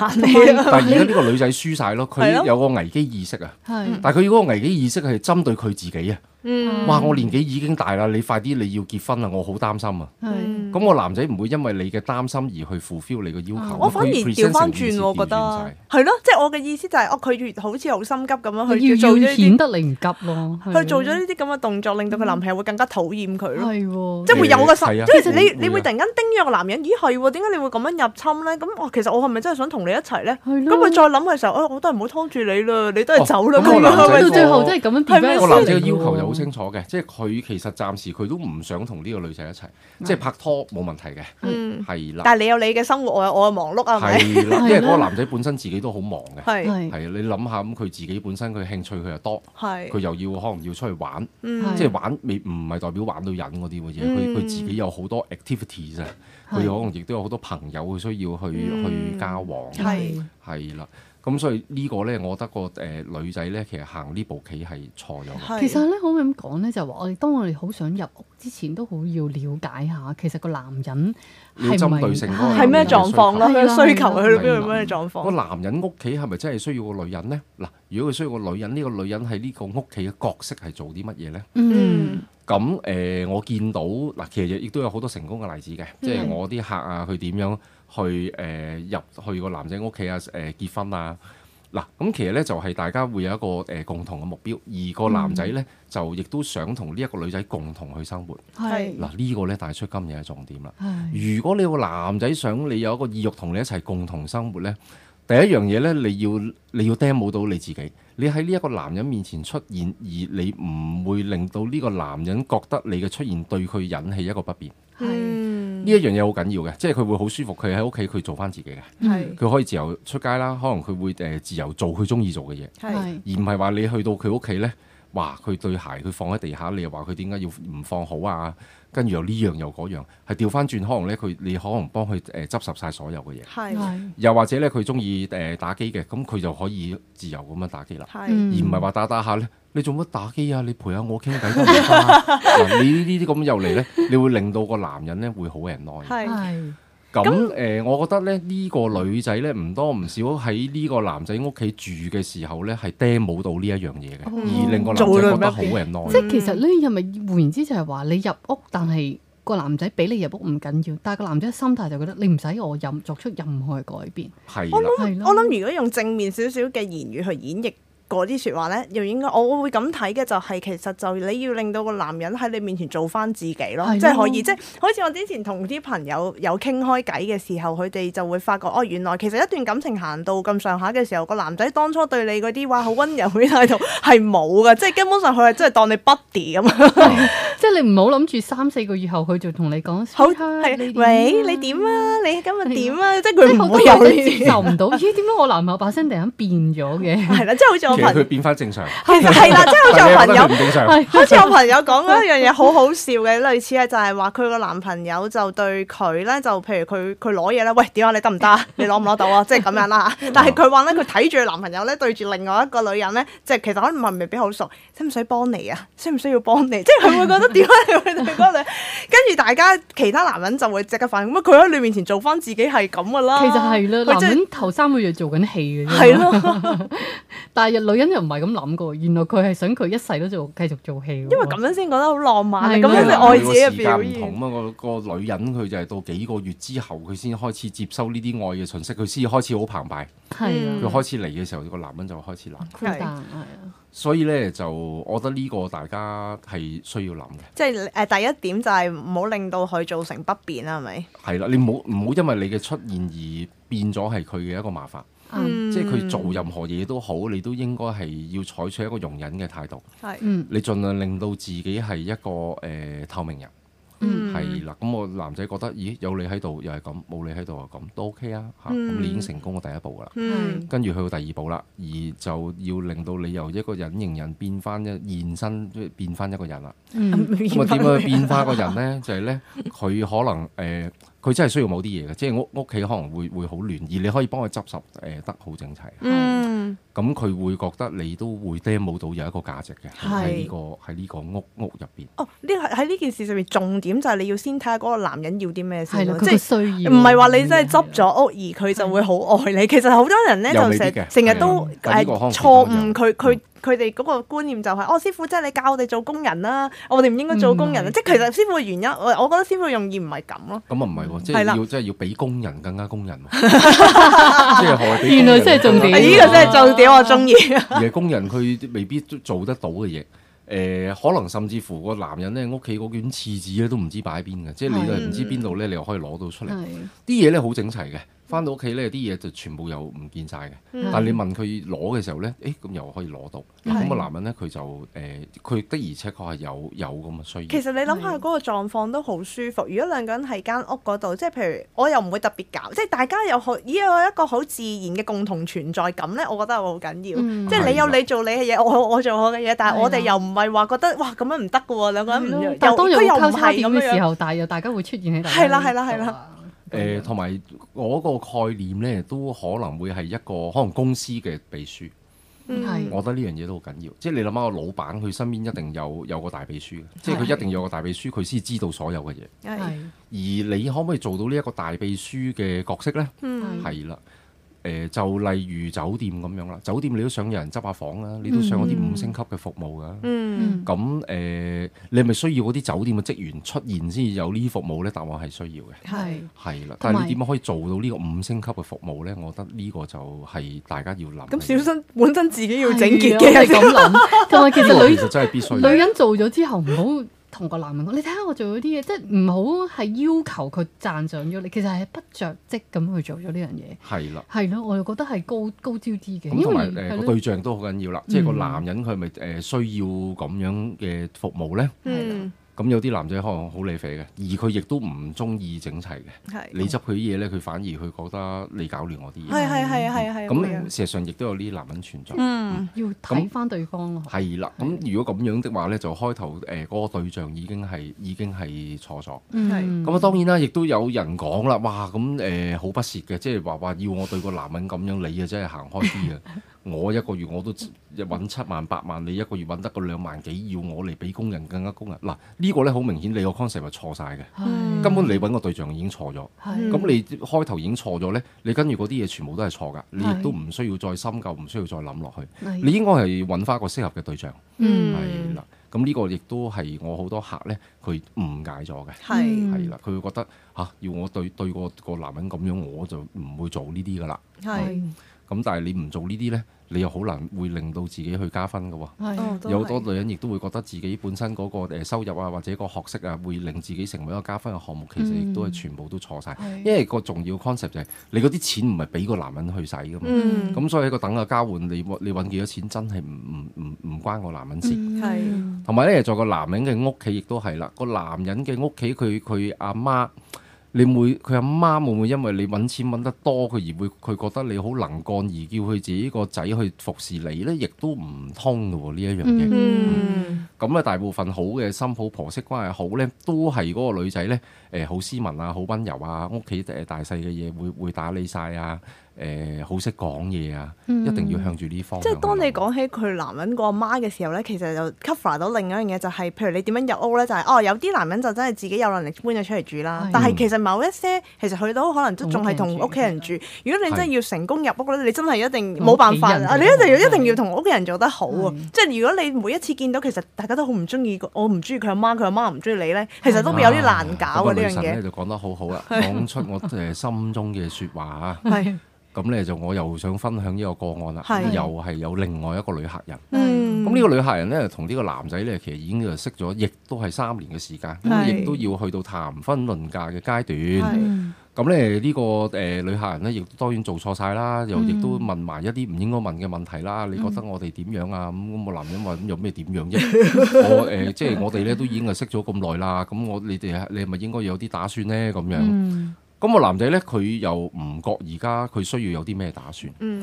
[SPEAKER 3] 啊
[SPEAKER 4] 同
[SPEAKER 1] 但係而
[SPEAKER 4] 你
[SPEAKER 1] 家呢個女仔輸晒咯，
[SPEAKER 3] 係
[SPEAKER 1] 佢
[SPEAKER 3] 咯
[SPEAKER 1] 有個危機意識啊，
[SPEAKER 4] 係
[SPEAKER 1] 但係佢嗰個危機意識係針對佢自己啊。
[SPEAKER 3] 嗯
[SPEAKER 1] 哇！我年紀已經大啦，你快啲你要結婚啦，我好擔心啊。
[SPEAKER 3] Ừ.
[SPEAKER 4] 係
[SPEAKER 3] 嗯
[SPEAKER 1] 咁我男仔唔會因為你嘅擔心而去 fulfill 你嘅要求。
[SPEAKER 4] 嗯
[SPEAKER 3] 哦我反而
[SPEAKER 1] 佢
[SPEAKER 3] 調翻
[SPEAKER 1] present 成件
[SPEAKER 3] 轉，
[SPEAKER 1] 事
[SPEAKER 3] 我覺
[SPEAKER 1] 調轉
[SPEAKER 3] 得
[SPEAKER 1] 晒
[SPEAKER 3] 係咯，即係我嘅意思就係，哦，佢越好似好心急咁樣去做
[SPEAKER 4] 要
[SPEAKER 3] 咗
[SPEAKER 4] 要
[SPEAKER 3] 呢
[SPEAKER 4] 顯
[SPEAKER 3] 啲，
[SPEAKER 4] 得你唔急咯，係
[SPEAKER 3] 去做咗呢啲咁嘅動作，令到佢男朋友會更加討厭佢咯。
[SPEAKER 4] 係喎，
[SPEAKER 3] 即係會有個
[SPEAKER 1] 係
[SPEAKER 3] 心，
[SPEAKER 1] 啊
[SPEAKER 3] 即係
[SPEAKER 1] 會啊
[SPEAKER 3] 你你會突然間叮咗個男人，咦係喎？點解你會咁樣入侵咧？咁我其實我係咪真係想同你一齊咧？
[SPEAKER 4] 係
[SPEAKER 3] 咁
[SPEAKER 4] 咯
[SPEAKER 3] 佢再諗嘅時候，哎我都係唔好拖住你啦，你都
[SPEAKER 1] 哦
[SPEAKER 3] 係走啦
[SPEAKER 1] 咁個
[SPEAKER 3] 咁
[SPEAKER 1] 男仔
[SPEAKER 4] 到
[SPEAKER 1] 個
[SPEAKER 3] 樣。
[SPEAKER 4] 最後真係咁樣
[SPEAKER 3] 係
[SPEAKER 4] d
[SPEAKER 3] 咩
[SPEAKER 4] e
[SPEAKER 1] 個
[SPEAKER 3] 我
[SPEAKER 1] 男仔嘅要求就好清楚嘅，即係佢其實暫時佢都唔想同呢個女仔一齊，即係拍拖冇問題嘅，
[SPEAKER 3] 嗯，
[SPEAKER 1] 係啦。
[SPEAKER 3] 但係你有你嘅生活，我有我嘅忙碌 啊，係咪？
[SPEAKER 1] 係啦，
[SPEAKER 4] 係
[SPEAKER 1] 因為嗰
[SPEAKER 4] 啦
[SPEAKER 1] 個男仔本身自己都好忙嘅，
[SPEAKER 3] 係
[SPEAKER 1] 係
[SPEAKER 4] 係
[SPEAKER 1] 你諗下咁，佢自己本身佢興趣佢又多，
[SPEAKER 3] 係
[SPEAKER 1] 佢。又要可能要出去玩，
[SPEAKER 3] 嗯
[SPEAKER 1] 即係玩未唔係代表玩到癮嗰啲嘅嘢，佢佢
[SPEAKER 3] 嗯
[SPEAKER 1] 自己有好多 activities 啊，佢可
[SPEAKER 4] 係
[SPEAKER 1] 能亦都有好多朋友佢需要去
[SPEAKER 3] 嗯
[SPEAKER 1] 去交往，
[SPEAKER 3] 係
[SPEAKER 1] 係啦，咁所以呢個呢，我覺得個誒女仔呢，其實行呢步棋係錯咗嘅，
[SPEAKER 3] 係
[SPEAKER 4] 其實咧，可唔可以咁講咧？就係話我哋當我哋好想入屋之前，都好要了解下，其實個男人
[SPEAKER 1] 你要
[SPEAKER 4] 係咪
[SPEAKER 1] 針對性嗰個
[SPEAKER 3] 係咩
[SPEAKER 1] 男人嘅
[SPEAKER 3] 狀況咯？
[SPEAKER 4] 係啊
[SPEAKER 3] 佢
[SPEAKER 4] 啦
[SPEAKER 3] 嘅需求去到
[SPEAKER 1] 係啊
[SPEAKER 3] 邊
[SPEAKER 1] 啦
[SPEAKER 3] 度咩狀
[SPEAKER 1] 個
[SPEAKER 3] 況？
[SPEAKER 1] 男人屋企係咪真係需要個女人呢？嗱，如果佢需要個女人，呢、個女人喺呢個屋企嘅角色係做啲乜嘢呢？
[SPEAKER 4] 嗯
[SPEAKER 1] 咁誒、呃我見到嗱，其實亦都有好多成功嘅例子嘅，即係我啲客啊，佢點樣去誒、呃入去個男仔屋企啊，誒、結婚啊，嗱，咁其實咧就係、大家會有一個誒、呃共同嘅目標，而個男仔咧、就亦都想同呢一個女仔共同去生活，
[SPEAKER 4] 係
[SPEAKER 1] 嗱、呢個咧帶出今日嘅重點啦。
[SPEAKER 4] 係
[SPEAKER 1] 如果你個男仔想你有一個意欲同你一齊共同生活呢，第一樣嘢呢，你要你要 demo 到你自己，你喺呢一個男人面前出現，而你唔會令到呢個男人覺得你嘅出現對佢引起一個不便，
[SPEAKER 3] Ừ.
[SPEAKER 4] 係
[SPEAKER 3] 嗯
[SPEAKER 1] 呢一樣嘢好緊要嘅，即係佢會好舒服，佢喺屋企佢做翻自己嘅，
[SPEAKER 3] 係
[SPEAKER 1] 佢可以自由出街啦，可能佢會誒自由做佢中意做嘅嘢，
[SPEAKER 3] 係
[SPEAKER 1] 而唔係話你去到佢屋企呢，哇佢對鞋佢放喺地下，你又話佢點解要唔放好啊？跟住又呢樣又嗰樣，係調翻轉，可能咧佢你可能幫佢誒執拾晒所有嘅嘢，
[SPEAKER 3] 係
[SPEAKER 4] 係
[SPEAKER 1] 又或者咧佢中意誒打機嘅，咁佢就可以自由咁樣打機啦。
[SPEAKER 3] 係嗯
[SPEAKER 1] 而唔係話打打下咧，你做乜打機啊？你陪下我傾偈得唔得 啊嗱，你呢啲咁又嚟咧，你會令到個男人咧會好 a n
[SPEAKER 3] 係
[SPEAKER 4] 係
[SPEAKER 1] 咁誒、呃我覺得咧呢、個女仔咧唔多唔少喺呢個男仔屋企住嘅時候咧，係 d 冇到呢一樣嘢嘅，
[SPEAKER 4] 哦
[SPEAKER 1] 而令個男仔覺得好 a n
[SPEAKER 4] 即係其實呢，係咪換言之就係話你入屋，但係個男仔俾你入屋唔緊要，但係個男仔嘅心態就覺得你唔使我任作出任何嘅改變，
[SPEAKER 1] 係
[SPEAKER 3] 我
[SPEAKER 1] 啦，
[SPEAKER 4] 係咯。
[SPEAKER 3] 我諗如果用正面少少嘅言語去演繹嗰啲説話咧，又應該我我會咁睇嘅就係、其實就你要令到個男人喺你面前做翻自己咯，
[SPEAKER 4] 係
[SPEAKER 3] 即係
[SPEAKER 4] 咯
[SPEAKER 3] 可以，即係好似我之前同啲朋友有傾開偈嘅時候，佢哋就會發覺哦，原來其實一段感情行到咁上下嘅時候，個男仔當初對你嗰啲哇好温柔 嘅態度係冇嘅，即係根本上佢係真係當你 buddy 咁樣，
[SPEAKER 4] 即係你唔好諗住三四個月後佢就同你講，
[SPEAKER 3] 好
[SPEAKER 4] "Sweetheart，
[SPEAKER 3] 係
[SPEAKER 4] 你點啊
[SPEAKER 3] 喂你點？啊？你今日點啊？即係
[SPEAKER 4] 即
[SPEAKER 3] 佢
[SPEAKER 4] 係
[SPEAKER 3] 唔
[SPEAKER 4] 好多
[SPEAKER 3] 會有
[SPEAKER 4] 女
[SPEAKER 3] 呢
[SPEAKER 4] 仔接
[SPEAKER 3] 啲，
[SPEAKER 4] 受唔到，咦？點解我男朋友把聲突然間變咗嘅？
[SPEAKER 3] 係啦，即係好似我
[SPEAKER 1] 其實
[SPEAKER 3] 朋友
[SPEAKER 1] 佢變翻正 常，
[SPEAKER 3] 係啦，即係好似我
[SPEAKER 1] 但係你啊覺得佢。唔
[SPEAKER 3] 朋友
[SPEAKER 1] 正常。
[SPEAKER 4] 係
[SPEAKER 3] 好似我朋友講嗰一樣嘢好好笑嘅，類似係就係話佢個男朋友就對佢咧，就譬如佢佢攞嘢咧，喂點啊你得唔得啊？ 你攞唔攞到啊？即係咁樣啦。但係佢話咧，佢睇住佢男朋友咧對住另外一個女人咧，即係其實可能係未必好熟，使唔使幫你啊？需唔需要幫你？即 係佢會覺得點解你會對嗰個女？跟住大家其他男人就會即刻反應，咁佢喺你面前做翻自己係咁噶啦。
[SPEAKER 4] 其實係啦，
[SPEAKER 3] 啊佢
[SPEAKER 4] 男
[SPEAKER 3] 真係
[SPEAKER 4] 人頭三個月做緊戲嘅啫。
[SPEAKER 3] 係咯，
[SPEAKER 4] 但係女人又唔係咁諗噶喎，原來佢係想佢一世都做繼續做戲喎。
[SPEAKER 3] 因為咁樣先覺得好浪漫，
[SPEAKER 4] 係
[SPEAKER 3] 咁
[SPEAKER 4] 啊
[SPEAKER 3] 樣
[SPEAKER 1] 因為
[SPEAKER 3] 你
[SPEAKER 1] 男
[SPEAKER 3] 愛
[SPEAKER 1] 女
[SPEAKER 3] 自
[SPEAKER 1] 個
[SPEAKER 3] 己嘅
[SPEAKER 1] 時間
[SPEAKER 3] 表
[SPEAKER 1] 唔
[SPEAKER 3] 現
[SPEAKER 1] 同。啊嘛，個個女人佢就係到幾個月之後，佢先開始接收呢啲愛嘅信息，佢先開始好澎湃。
[SPEAKER 4] 係
[SPEAKER 1] 佢
[SPEAKER 4] 啦
[SPEAKER 3] 嗯，
[SPEAKER 1] 開始嚟嘅時候，個男人就開始冷。
[SPEAKER 4] 孤單係啊，
[SPEAKER 1] 所以咧就，我覺得呢個大家係需要諗嘅。
[SPEAKER 3] 即係誒第一點就係唔好令到佢造成不便啦，係咪？
[SPEAKER 1] 係啦，你唔好唔好因為你嘅出現而變咗係佢嘅一個麻煩，
[SPEAKER 4] 啱
[SPEAKER 3] 嗯
[SPEAKER 1] 即係佢做任何嘢都好，你都應該係要採取一個容忍嘅態度，
[SPEAKER 3] 係
[SPEAKER 4] 嗯
[SPEAKER 1] 你盡量令到自己係一個誒、呃透明人，
[SPEAKER 4] 嗯
[SPEAKER 1] 係啦、咁我男仔覺得，咦有你喺度又係咁，冇你喺度又咁，都 OK 啊嚇，咁、
[SPEAKER 3] 嗯
[SPEAKER 1] 你已經成功咗第一步噶啦。
[SPEAKER 3] 嗯
[SPEAKER 1] 跟住去到第二步啦，而就要令到你由一個隱形人變翻一現身，變翻一個人啦。
[SPEAKER 4] 嗯
[SPEAKER 1] 咁啊點樣去變化個人咧？就係咧，佢可能誒，呃佢、真係需要某啲嘢嘅，即係屋屋企可能會會好亂，而你可以幫佢執拾誒、呃得好整齊，
[SPEAKER 3] 嗯
[SPEAKER 1] 咁佢會覺得你都會 demo 到有一個價值嘅
[SPEAKER 3] 係
[SPEAKER 1] 喺呢個喺呢個屋屋入邊。
[SPEAKER 3] 哦，呢個喺呢件事上面重點就係你要先睇下嗰個男人要啲咩
[SPEAKER 4] 係
[SPEAKER 3] 先
[SPEAKER 4] 啦，
[SPEAKER 3] 咯，
[SPEAKER 4] 佢
[SPEAKER 3] 即
[SPEAKER 4] 個嗯
[SPEAKER 3] 係
[SPEAKER 4] 需要
[SPEAKER 3] 唔係話你真係執咗屋而佢就會好愛你。其實好多人咧
[SPEAKER 1] 又
[SPEAKER 3] 就
[SPEAKER 1] 未必
[SPEAKER 3] 成
[SPEAKER 1] 嘅
[SPEAKER 3] 成日
[SPEAKER 1] 係
[SPEAKER 3] 都
[SPEAKER 1] 啊但係呢個可能
[SPEAKER 3] 誒錯
[SPEAKER 1] 其
[SPEAKER 3] 誤，
[SPEAKER 1] 他
[SPEAKER 3] 佢
[SPEAKER 1] 人
[SPEAKER 3] 佢佢哋嗰個觀念就係哦，師傅即係你教我哋做工人啦，我哋唔應該做工人啦。
[SPEAKER 4] 嗯
[SPEAKER 3] 即係其實師傅嘅原因，我我覺得師傅嘅用意唔係咁咯。
[SPEAKER 1] 咁啊唔係喎，即
[SPEAKER 3] 嗯係
[SPEAKER 1] 係
[SPEAKER 3] 啦
[SPEAKER 1] 要即係要比工人更加工人 喎， 即係何謂比工人
[SPEAKER 4] 原來真係重
[SPEAKER 1] 嗯
[SPEAKER 4] 點
[SPEAKER 3] 呢個真係重點，我中意。
[SPEAKER 1] 而係工人佢未必做得到嘅嘢。誒、可能甚至乎個男人咧，屋企嗰卷廁紙咧都唔知擺喺邊嘅，即係你又唔知邊度咧，你又可以攞到出嚟。
[SPEAKER 3] 嗯
[SPEAKER 4] 係
[SPEAKER 1] 啲嘢咧好整齊嘅，翻到屋企咧啲嘢就全部又唔見晒嘅。
[SPEAKER 3] 嗯
[SPEAKER 1] 但係你問佢攞嘅時候咧，誒咁又可以攞到。
[SPEAKER 4] 係
[SPEAKER 1] 咁個啊男人咧佢就誒，佢、的而且確係有有咁嘅需要。
[SPEAKER 3] 其實你諗
[SPEAKER 4] 嗯
[SPEAKER 3] 下嗰個狀況都好舒服。如果兩個人喺間屋嗰度，即係譬如我又唔會特別搞，即係大家又好，咦有一個好自然嘅共同存在感咧，我覺得係好緊要。
[SPEAKER 4] 嗯
[SPEAKER 3] 即係你有你做你嘅嘢，我我做我嘅嘢，但係我哋
[SPEAKER 4] 係啦啊
[SPEAKER 3] 又唔係話覺得哇咁樣唔得嘅喎，兩個人唔
[SPEAKER 4] 係咯
[SPEAKER 3] 又
[SPEAKER 4] 但係當有
[SPEAKER 3] 佢又唔
[SPEAKER 4] 交叉
[SPEAKER 3] 係
[SPEAKER 4] 點
[SPEAKER 3] 咁
[SPEAKER 4] 嘅時
[SPEAKER 3] 樣。
[SPEAKER 4] 候，但係又大家會出現喺大
[SPEAKER 3] 係啦
[SPEAKER 4] 家
[SPEAKER 3] 係啦
[SPEAKER 4] 呢
[SPEAKER 3] 係啦
[SPEAKER 4] 度啊
[SPEAKER 1] 誒同埋我個概念咧，都可能會係一個可能公司嘅秘書。
[SPEAKER 3] 嗯
[SPEAKER 4] 係
[SPEAKER 1] 我覺得呢樣嘢都好緊要，即係你諗下個老闆，佢身邊一定有有個大秘書嘅，即係佢一定有個大秘書，佢先知道所有嘅嘢。
[SPEAKER 3] 係
[SPEAKER 4] 係
[SPEAKER 1] 而你可唔可以做到呢一個大秘書嘅角色呢？
[SPEAKER 3] 嗯
[SPEAKER 1] 係啦、誒就例如酒店咁樣啦，酒店你都想有人執下房啊，你都想嗰啲五星級嘅服務噶。
[SPEAKER 3] 嗯
[SPEAKER 4] 嗯
[SPEAKER 1] 咁誒、你係咪需要嗰啲酒店嘅職員出現先有呢啲服務呢？答案係需要嘅，
[SPEAKER 4] 係
[SPEAKER 1] 係啦。
[SPEAKER 4] 同
[SPEAKER 1] 但
[SPEAKER 4] 埋
[SPEAKER 1] 係你點樣可以做到呢個五星級嘅服務呢？我覺得呢個就係大家要諗嘅嘢。
[SPEAKER 3] 咁小新本身自己要整
[SPEAKER 4] 係
[SPEAKER 3] 潔
[SPEAKER 4] 啊 我係
[SPEAKER 3] 嘅，
[SPEAKER 4] 咁諗，同埋其
[SPEAKER 1] 呢個
[SPEAKER 4] 實女
[SPEAKER 1] 其實真係必須嘅。
[SPEAKER 4] 女人做咗之後，唔好同個男人講，你睇下我做咗啲嘢，即係唔好係要求佢讚賞咗你，其實係不着跡咁去做咗呢樣嘢。
[SPEAKER 1] 係啦。
[SPEAKER 4] 係咯，我又覺得係高高招啲嘅，
[SPEAKER 1] 咁
[SPEAKER 4] 因
[SPEAKER 1] 同
[SPEAKER 4] 為
[SPEAKER 1] 埋誒
[SPEAKER 4] 係
[SPEAKER 1] 個
[SPEAKER 4] 咯
[SPEAKER 1] 對象呃都好緊要啦，即係個
[SPEAKER 4] 嗯
[SPEAKER 1] 男人佢係咪誒需要咁樣嘅服務呢？
[SPEAKER 3] 嗯
[SPEAKER 1] 咁有啲男仔可能好理肥嘅，而佢亦都唔中意整齊
[SPEAKER 4] 嗯
[SPEAKER 1] 嘅。
[SPEAKER 3] 係
[SPEAKER 1] 你執佢啲嘢咧，佢反而佢覺得你搞亂我啲
[SPEAKER 4] 啊
[SPEAKER 1] 嘢。
[SPEAKER 3] 係係係係係咁樣
[SPEAKER 1] 咁事實上亦都有呢啲男人存在。
[SPEAKER 3] 嗯
[SPEAKER 4] 要睇翻對方咯。
[SPEAKER 1] 係啦，咁如果咁樣的話咧，就開頭誒嗰個對象已經係已經係錯咗。
[SPEAKER 4] 嗯
[SPEAKER 1] 咁啊，當然啦，亦都有人講啦，哇，咁誒好不屑嘅，即係話話要我對個男人咁樣，你啊真係行開啲 啊！我一個月我都揾七萬八萬，你一個月揾得個兩萬幾，要我嚟俾工人更加工人嗱，呢、個咧好明顯你個 concept 係錯晒嘅，
[SPEAKER 4] 係
[SPEAKER 1] 根本你揾個對象已經錯咗，咁、
[SPEAKER 4] 係
[SPEAKER 3] 咁
[SPEAKER 1] 你開頭已經錯咗咧，你跟住嗰啲嘢全部都係錯㗎，你亦都唔需要再深究，唔需要再諗落去，
[SPEAKER 4] 係
[SPEAKER 1] 你應該係揾翻一個適合嘅對象，
[SPEAKER 4] 嗯
[SPEAKER 1] 係啦、咁呢個亦都係我好多客咧，佢誤解咗嘅。
[SPEAKER 3] 係
[SPEAKER 4] 嗯
[SPEAKER 1] 係啦，佢會覺得吓、要我對對個個男人咁樣，我就唔會做呢啲噶啦。
[SPEAKER 3] 係
[SPEAKER 1] 咁但係你唔做呢啲呢，你又好難會令到自己去加分噶喎。
[SPEAKER 3] 哦
[SPEAKER 4] 係
[SPEAKER 3] 都
[SPEAKER 1] 有
[SPEAKER 3] 係
[SPEAKER 1] 好多女人亦都會覺得自己本身嗰個誒收入啊，或者個學識啊，會令自己成為一個加分嘅項目，其實
[SPEAKER 3] 嗯
[SPEAKER 1] 亦都係全部都錯晒。
[SPEAKER 4] 係
[SPEAKER 1] 因為個重要 concept 就係、你嗰啲錢唔係俾個男人去使噶嘛。
[SPEAKER 3] 嗯
[SPEAKER 1] 咁、所以喺個等價交換，你你揾幾多錢真係唔唔唔唔關個男人
[SPEAKER 4] Ừ.
[SPEAKER 1] 事。
[SPEAKER 4] 係
[SPEAKER 1] 同埋咧，在個男人嘅屋企亦都係啦，個男人嘅屋企佢佢阿媽，你會佢阿媽會唔會因為你揾錢揾得多，佢而會佢覺得你好能幹，而叫佢自己個仔去服侍你呢？亦都唔通嘅喎呢一樣嘢。
[SPEAKER 3] 嗯
[SPEAKER 1] 咁啊咧、大部分好嘅新抱婆媳關係好呢，都係嗰個女仔呢，誒、好斯文啊，好温柔啊，屋企誒大細嘅嘢會會打理晒啊，誒、好識講嘢啊，一定要向住呢方
[SPEAKER 3] 嗯即
[SPEAKER 1] 向去諗。
[SPEAKER 3] 係當你講起佢男人個阿媽嘅時候咧，其實就 cover 到另一樣嘢，就係、譬如你點樣入屋咧，就係、哦有啲男人就真係自己有能力搬咗出嚟住啦
[SPEAKER 4] 係，
[SPEAKER 3] 但係其實某一些其實佢都可能都仲係同
[SPEAKER 4] 同屋
[SPEAKER 3] 屋
[SPEAKER 4] 企
[SPEAKER 3] 企
[SPEAKER 4] 人
[SPEAKER 3] 人
[SPEAKER 4] 住
[SPEAKER 3] 住。如果你真係
[SPEAKER 1] 係
[SPEAKER 3] 要成功入屋咧，你真係一定
[SPEAKER 4] 同
[SPEAKER 3] 冇辦法
[SPEAKER 4] 屋企人
[SPEAKER 3] 啊！你
[SPEAKER 4] 做
[SPEAKER 3] 一定要
[SPEAKER 4] 係
[SPEAKER 3] 一定要同屋企人做得好啊
[SPEAKER 4] 係！
[SPEAKER 3] 即係如果你每一次見到其實大家都好唔中意個，我唔中意佢阿媽，佢阿媽唔中意你咧，其實都會有啲難搞
[SPEAKER 1] 啊咁個
[SPEAKER 3] 嘅呢樣
[SPEAKER 1] 女神咧
[SPEAKER 3] 嘢。
[SPEAKER 1] 就講得好好 啦，講出我誒心中嘅説話啊。
[SPEAKER 3] 係
[SPEAKER 1] 咁咧就我又想分享呢個個案啦，
[SPEAKER 3] 係
[SPEAKER 1] 又係有另外一個女客人。
[SPEAKER 3] 嗯，
[SPEAKER 1] 咁呢個女客人咧同呢個男仔咧其實已經就識咗，亦都係三年嘅時間，咁啊
[SPEAKER 3] 係
[SPEAKER 1] 亦都要去到談婚論嫁嘅階段。
[SPEAKER 3] 係
[SPEAKER 1] 咁咧呢個誒女客人咧亦都當然做錯晒啦，又亦都問埋一啲唔應該問嘅問題啦。你覺得我哋點樣啊？咁咁個男人話咁有咩點樣啫？我誒即係我哋咧都已經係識咗咁耐啦，咁我你哋你係咪應該有啲打算咧？咁樣。
[SPEAKER 4] 嗯
[SPEAKER 1] 咁個男仔咧，佢又唔覺而家佢需要有啲咩打算。
[SPEAKER 3] 嗯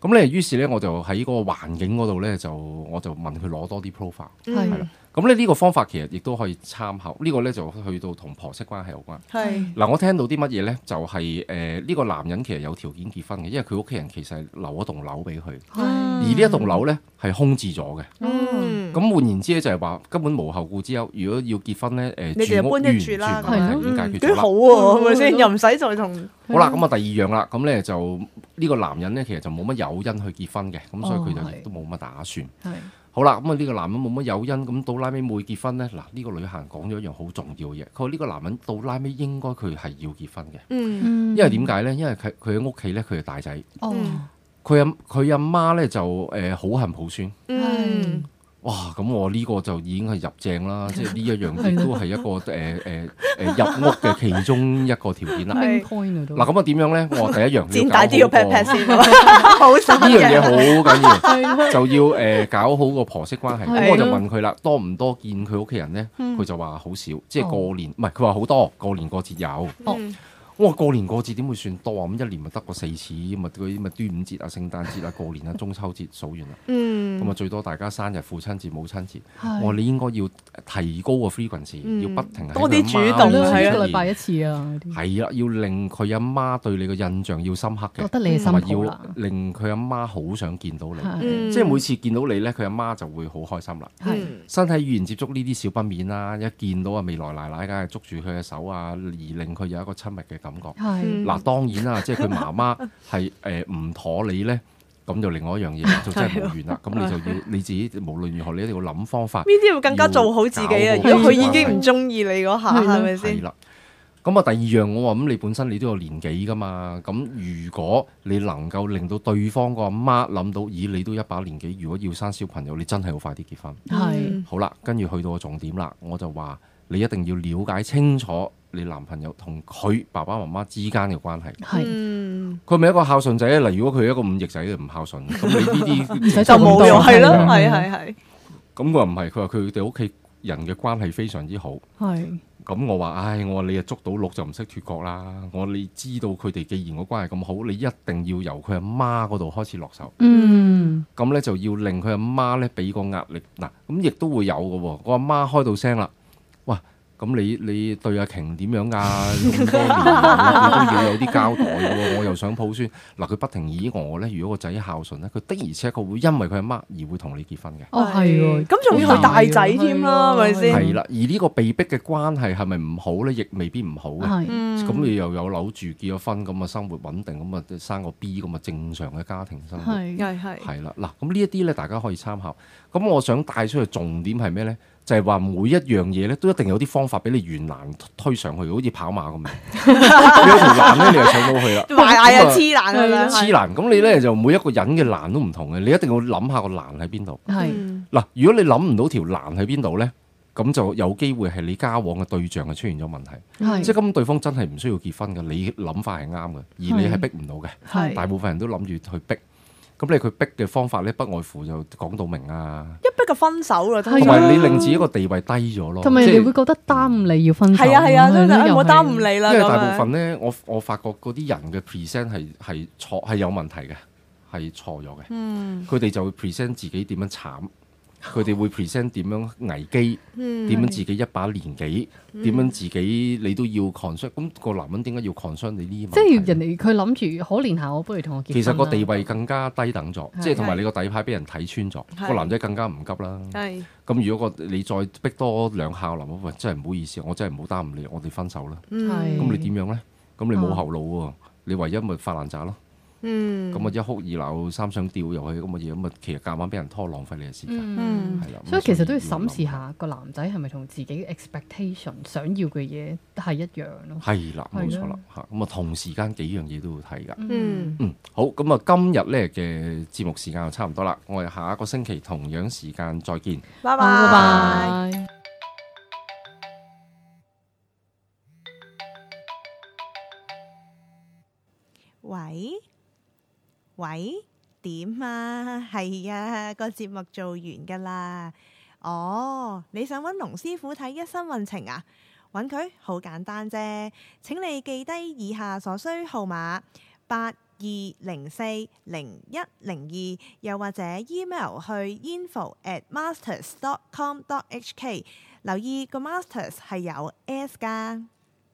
[SPEAKER 1] 咁咧，於是咧，我就喺嗰個環境嗰度咧，就我就問佢攞多啲 profile。
[SPEAKER 4] 係
[SPEAKER 3] 嗯
[SPEAKER 1] 咁咧呢個方法其實亦都可以參考。呢、個咧就去到同婆媳關係有關。
[SPEAKER 3] 係
[SPEAKER 1] 嗱，我聽到啲乜嘢咧？就係誒呢個男人其實有條件結婚嘅，因為佢屋企人其實係留一棟樓俾佢，而
[SPEAKER 4] 係
[SPEAKER 1] 呢一棟樓咧係空置咗嘅。
[SPEAKER 3] 嗯
[SPEAKER 1] 咁換言之咧，就係話根本無後顧之憂。如果要結婚咧，誒、
[SPEAKER 3] 你哋就
[SPEAKER 1] 住屋
[SPEAKER 3] 搬
[SPEAKER 1] 完
[SPEAKER 3] 咗住啦
[SPEAKER 1] 全問題
[SPEAKER 4] 咁
[SPEAKER 1] 已經解決
[SPEAKER 3] 嗯幾
[SPEAKER 1] 咗啦
[SPEAKER 3] 好。喎，係咪
[SPEAKER 4] 嗯
[SPEAKER 3] 先？又唔使再同
[SPEAKER 1] 好啦，咁啊第二樣啦，咁咧就呢、個男人咧其實就冇乜誘因去結婚嘅，咁所以佢
[SPEAKER 4] 哦
[SPEAKER 1] 就
[SPEAKER 4] 係
[SPEAKER 1] 亦都冇乜打算。
[SPEAKER 4] 係
[SPEAKER 1] 好啦，咁啊呢個男人冇乜誘因，咁到拉尾冇結婚咧，嗱、呢個女行講咗一樣好重要嘅嘢，佢話呢個男人到拉尾應該佢係要結婚嘅，
[SPEAKER 3] 嗯。
[SPEAKER 4] 因
[SPEAKER 1] 因為點解咧？因為佢佢喺屋企咧，佢係大仔，
[SPEAKER 4] 哦
[SPEAKER 1] 佢阿佢阿媽咧就誒好恨抱孫。
[SPEAKER 3] 嗯，
[SPEAKER 1] 哇！咁我呢個就已經係入正 啦，即係呢一樣亦都係一個誒誒誒入屋嘅其中一個條件 啦。
[SPEAKER 4] main point 啊都
[SPEAKER 1] 嗱，咁啊點樣咧？我話第一樣
[SPEAKER 3] 嗯剪大啲
[SPEAKER 1] 要
[SPEAKER 3] 要
[SPEAKER 1] 搞
[SPEAKER 3] 劈
[SPEAKER 1] 好個
[SPEAKER 3] 劈先， 好散
[SPEAKER 1] 呢樣嘢好緊要，
[SPEAKER 4] 係啦
[SPEAKER 1] 就要誒、呃搞好個婆媳關
[SPEAKER 3] 啊
[SPEAKER 1] 係。
[SPEAKER 4] 係
[SPEAKER 1] 咁我就問佢啦，多唔多見佢屋企人呢？
[SPEAKER 3] 嗯
[SPEAKER 1] 佢就話好少，即係
[SPEAKER 3] 哦
[SPEAKER 1] 過年唔係，佢話好多過年過節有。
[SPEAKER 4] 哦
[SPEAKER 3] 嗯
[SPEAKER 1] 我話過年過節點會算多啊？咁一年咪得個四次，咪嗰啲咪端午節啊、聖誕節啊、過年啊、中秋節數完啦。
[SPEAKER 3] 嗯，
[SPEAKER 1] 咁啊，最多大家生日、父親節、母親節。
[SPEAKER 4] 係
[SPEAKER 1] 我話你應該要呃提高個 frequency，、
[SPEAKER 3] 嗯
[SPEAKER 1] 要不停喺
[SPEAKER 3] 多啲
[SPEAKER 1] 佢阿媽
[SPEAKER 3] 主動
[SPEAKER 1] 面
[SPEAKER 3] 係
[SPEAKER 1] 前出
[SPEAKER 4] 一
[SPEAKER 3] 啊
[SPEAKER 4] 個
[SPEAKER 1] 現
[SPEAKER 4] 禮拜一次啊，嗰啲
[SPEAKER 1] 係啊，要令佢阿媽對你嘅印象要深刻嘅
[SPEAKER 4] 覺，得你係
[SPEAKER 1] 同埋
[SPEAKER 4] 辛苦
[SPEAKER 1] 要
[SPEAKER 4] 啦，
[SPEAKER 1] 令佢阿媽好想見到你。
[SPEAKER 4] 係
[SPEAKER 3] 嗯
[SPEAKER 1] 即係每次見到你呢，佢阿媽就會好開心啦。
[SPEAKER 4] 係
[SPEAKER 3] 嗯
[SPEAKER 1] 身體語言接觸呢啲少不免啦，一見到啊未來奶奶，梗係捉住佢嘅手啊，而令佢有一個親密嘅感覺。
[SPEAKER 4] 係
[SPEAKER 3] 嗯
[SPEAKER 1] 嗱、當然 啦，即係佢媽媽係誒唔妥你呢，咁就另外一樣嘢 啦就真係無緣啦。咁你就要你自己無論如何，你一定要諗方法
[SPEAKER 3] 呢。啲要更加做好自己
[SPEAKER 1] 要
[SPEAKER 3] 啊！如
[SPEAKER 1] 搞
[SPEAKER 3] 果
[SPEAKER 1] 好
[SPEAKER 3] 佢已經唔中意你嗰下，
[SPEAKER 4] 係咯
[SPEAKER 3] 係咪
[SPEAKER 1] 係
[SPEAKER 3] 先？
[SPEAKER 1] 啦。咁啊，第二樣我話咁，你本身你都有年紀噶嘛。咁如果你能夠令到對方個阿媽諗到，咦，你都一把年紀，如果要生小朋友，你真係要快啲結婚。
[SPEAKER 3] 嗯
[SPEAKER 4] 係
[SPEAKER 1] 好啦，跟住去到個重點啦，我就話你一定要了解清楚你男朋友同佢爸爸媽媽之間嘅關係。
[SPEAKER 3] Ừ.
[SPEAKER 4] 係
[SPEAKER 3] 嗯，
[SPEAKER 1] 佢咪一個孝順仔咧？嗱，如果佢係一個五逆仔，佢唔孝順，咁你呢啲
[SPEAKER 4] 唔使
[SPEAKER 3] 就冇用，
[SPEAKER 4] 咁多
[SPEAKER 3] 係咯，
[SPEAKER 4] 係
[SPEAKER 3] 係
[SPEAKER 4] 啊
[SPEAKER 3] 係係，
[SPEAKER 1] 咁佢話唔係，佢話佢哋屋企人嘅關係非常之好。
[SPEAKER 4] 係
[SPEAKER 1] 咁我話：唉，我話你啊捉到鹿就唔識脱角啦！我話你知道佢哋既然個關係咁好，你一定要由佢阿媽嗰度開始落手。
[SPEAKER 4] 嗯
[SPEAKER 1] 咁咧就要令佢阿媽咧俾個壓力嗱，咁亦都會有嘅喎。我阿媽開到聲啦，哇！咁你你對阿瓊點樣啊？咁多年啊你都要有啲交代嘅喎。我又想抱孫嗱，佢不停以我咧，如果個仔孝順咧，佢的而且確會因為佢阿媽而會同你結婚嘅。
[SPEAKER 4] 哦係喎，
[SPEAKER 3] 咁仲要
[SPEAKER 4] 好
[SPEAKER 3] 佢大
[SPEAKER 4] 煩
[SPEAKER 3] 仔
[SPEAKER 4] 喎
[SPEAKER 3] 添啦
[SPEAKER 4] 係
[SPEAKER 3] 咪
[SPEAKER 4] 喎
[SPEAKER 3] 先
[SPEAKER 1] 係啦，而呢個被逼嘅關係係咪唔好咧？亦未必唔好嘅。
[SPEAKER 4] 係
[SPEAKER 3] 嗯
[SPEAKER 1] 咁你又有樓住，結咗婚，咁啊生活穩定，咁啊生個 B，咁啊正常嘅家庭生活。
[SPEAKER 4] 係
[SPEAKER 3] 係係
[SPEAKER 1] 係啦，嗱，咁呢一啲咧，大家可以參考。咁我想帶出去重點係咩咧？就係話每一樣嘢咧，都一定有啲方法俾你懸欄推上去，好似跑馬咁樣。 你有條欄咧，你就上到去啦。
[SPEAKER 3] 埋 嗌啊黐爛佢啦，係
[SPEAKER 1] 黐欄，咁你咧就每一個人嘅欄都唔同嘅，你一定要諗下個欄喺邊度。
[SPEAKER 4] 係
[SPEAKER 3] 嗯
[SPEAKER 1] 嗱，如果你諗唔到條欄喺邊度咧，咁就有機會係你交往嘅對象係出現咗問題。
[SPEAKER 4] 係
[SPEAKER 1] 即係咁，對方真係唔需要結婚嘅，你諗法係啱嘅，而你係逼唔到嘅。
[SPEAKER 4] 係
[SPEAKER 1] 大部分人都諗住去逼。咁你佢逼嘅方法咧，不外乎就講到明啊，
[SPEAKER 3] 一逼就分手啦，
[SPEAKER 4] 係啊
[SPEAKER 1] 同埋你令自己個地位低咗咯。
[SPEAKER 4] 同埋
[SPEAKER 1] 即
[SPEAKER 4] 你會
[SPEAKER 1] 係
[SPEAKER 4] 覺得耽誤你要分手，
[SPEAKER 3] 係啊係啊，真
[SPEAKER 4] 咁樣
[SPEAKER 3] 係
[SPEAKER 4] 又
[SPEAKER 3] 我
[SPEAKER 4] 係
[SPEAKER 3] 耽誤你
[SPEAKER 1] 因
[SPEAKER 3] 啦咁啊
[SPEAKER 1] 為
[SPEAKER 3] 樣。
[SPEAKER 1] 大部分咧，我我發覺嗰啲人嘅 present 係係錯係有問題嘅，係錯咗嘅。
[SPEAKER 3] 嗯
[SPEAKER 1] 佢哋就會 present 自己點樣慘，佢哋會 present 點樣危機，
[SPEAKER 3] 嗯
[SPEAKER 1] 點樣自己一把年紀，
[SPEAKER 4] 嗯
[SPEAKER 1] 點樣自己你都要 concern。咁個男人點解要 concern 你呢啲問題？
[SPEAKER 4] 即係人哋佢諗住可憐下我，不如同我結
[SPEAKER 1] 其
[SPEAKER 4] 婚
[SPEAKER 1] 實個地
[SPEAKER 4] 啦
[SPEAKER 1] 位更加低等咗，
[SPEAKER 4] 係
[SPEAKER 1] 即係同埋你個底牌俾人睇穿咗，
[SPEAKER 3] 係
[SPEAKER 1] 個男仔更加唔急啦。
[SPEAKER 3] 係
[SPEAKER 1] 咁如果個你再逼多兩下，林喂，真係唔好意思，我真係唔好耽誤你，我哋分手啦。
[SPEAKER 4] 係
[SPEAKER 3] 嗯
[SPEAKER 1] 咁你點樣呢？咁你
[SPEAKER 4] 啊
[SPEAKER 1] 冇後路喎，你唯一咪發爛渣咯。
[SPEAKER 3] 嗯
[SPEAKER 1] 咁啊一哭二鬧三上吊又係咁嘅嘢，咁啊其實夾硬俾人拖，浪費你嘅時間。
[SPEAKER 4] 嗯
[SPEAKER 3] 嗯。
[SPEAKER 1] 係啦，啊
[SPEAKER 4] 所以其實都要審
[SPEAKER 1] 諗
[SPEAKER 4] 視。下個男仔係咪同自己 expectation 想要嘅嘢係一樣咯。
[SPEAKER 1] 係啦，冇錯
[SPEAKER 4] 係
[SPEAKER 1] 啦
[SPEAKER 4] 啦
[SPEAKER 1] 嚇。咁啊同時間幾樣嘢都要睇㗎。
[SPEAKER 3] 嗯
[SPEAKER 1] 嗯，好，咁啊，今日呢嘅節目時間就差唔多啦，我哋下一個星期同樣時間再見。
[SPEAKER 3] 拜
[SPEAKER 4] 好拜
[SPEAKER 3] 拜。
[SPEAKER 4] 拜。
[SPEAKER 3] 喂喂，點啊？ 係啊，個節目做完噶啦。哦，你想揾龍師傅睇一生運程啊？揾佢好簡單啫。請你記低以下所需號碼八二零四零一零二，又或者 email 去 info at masters dot com dot hk。留意個 masters 係有 s 㗎。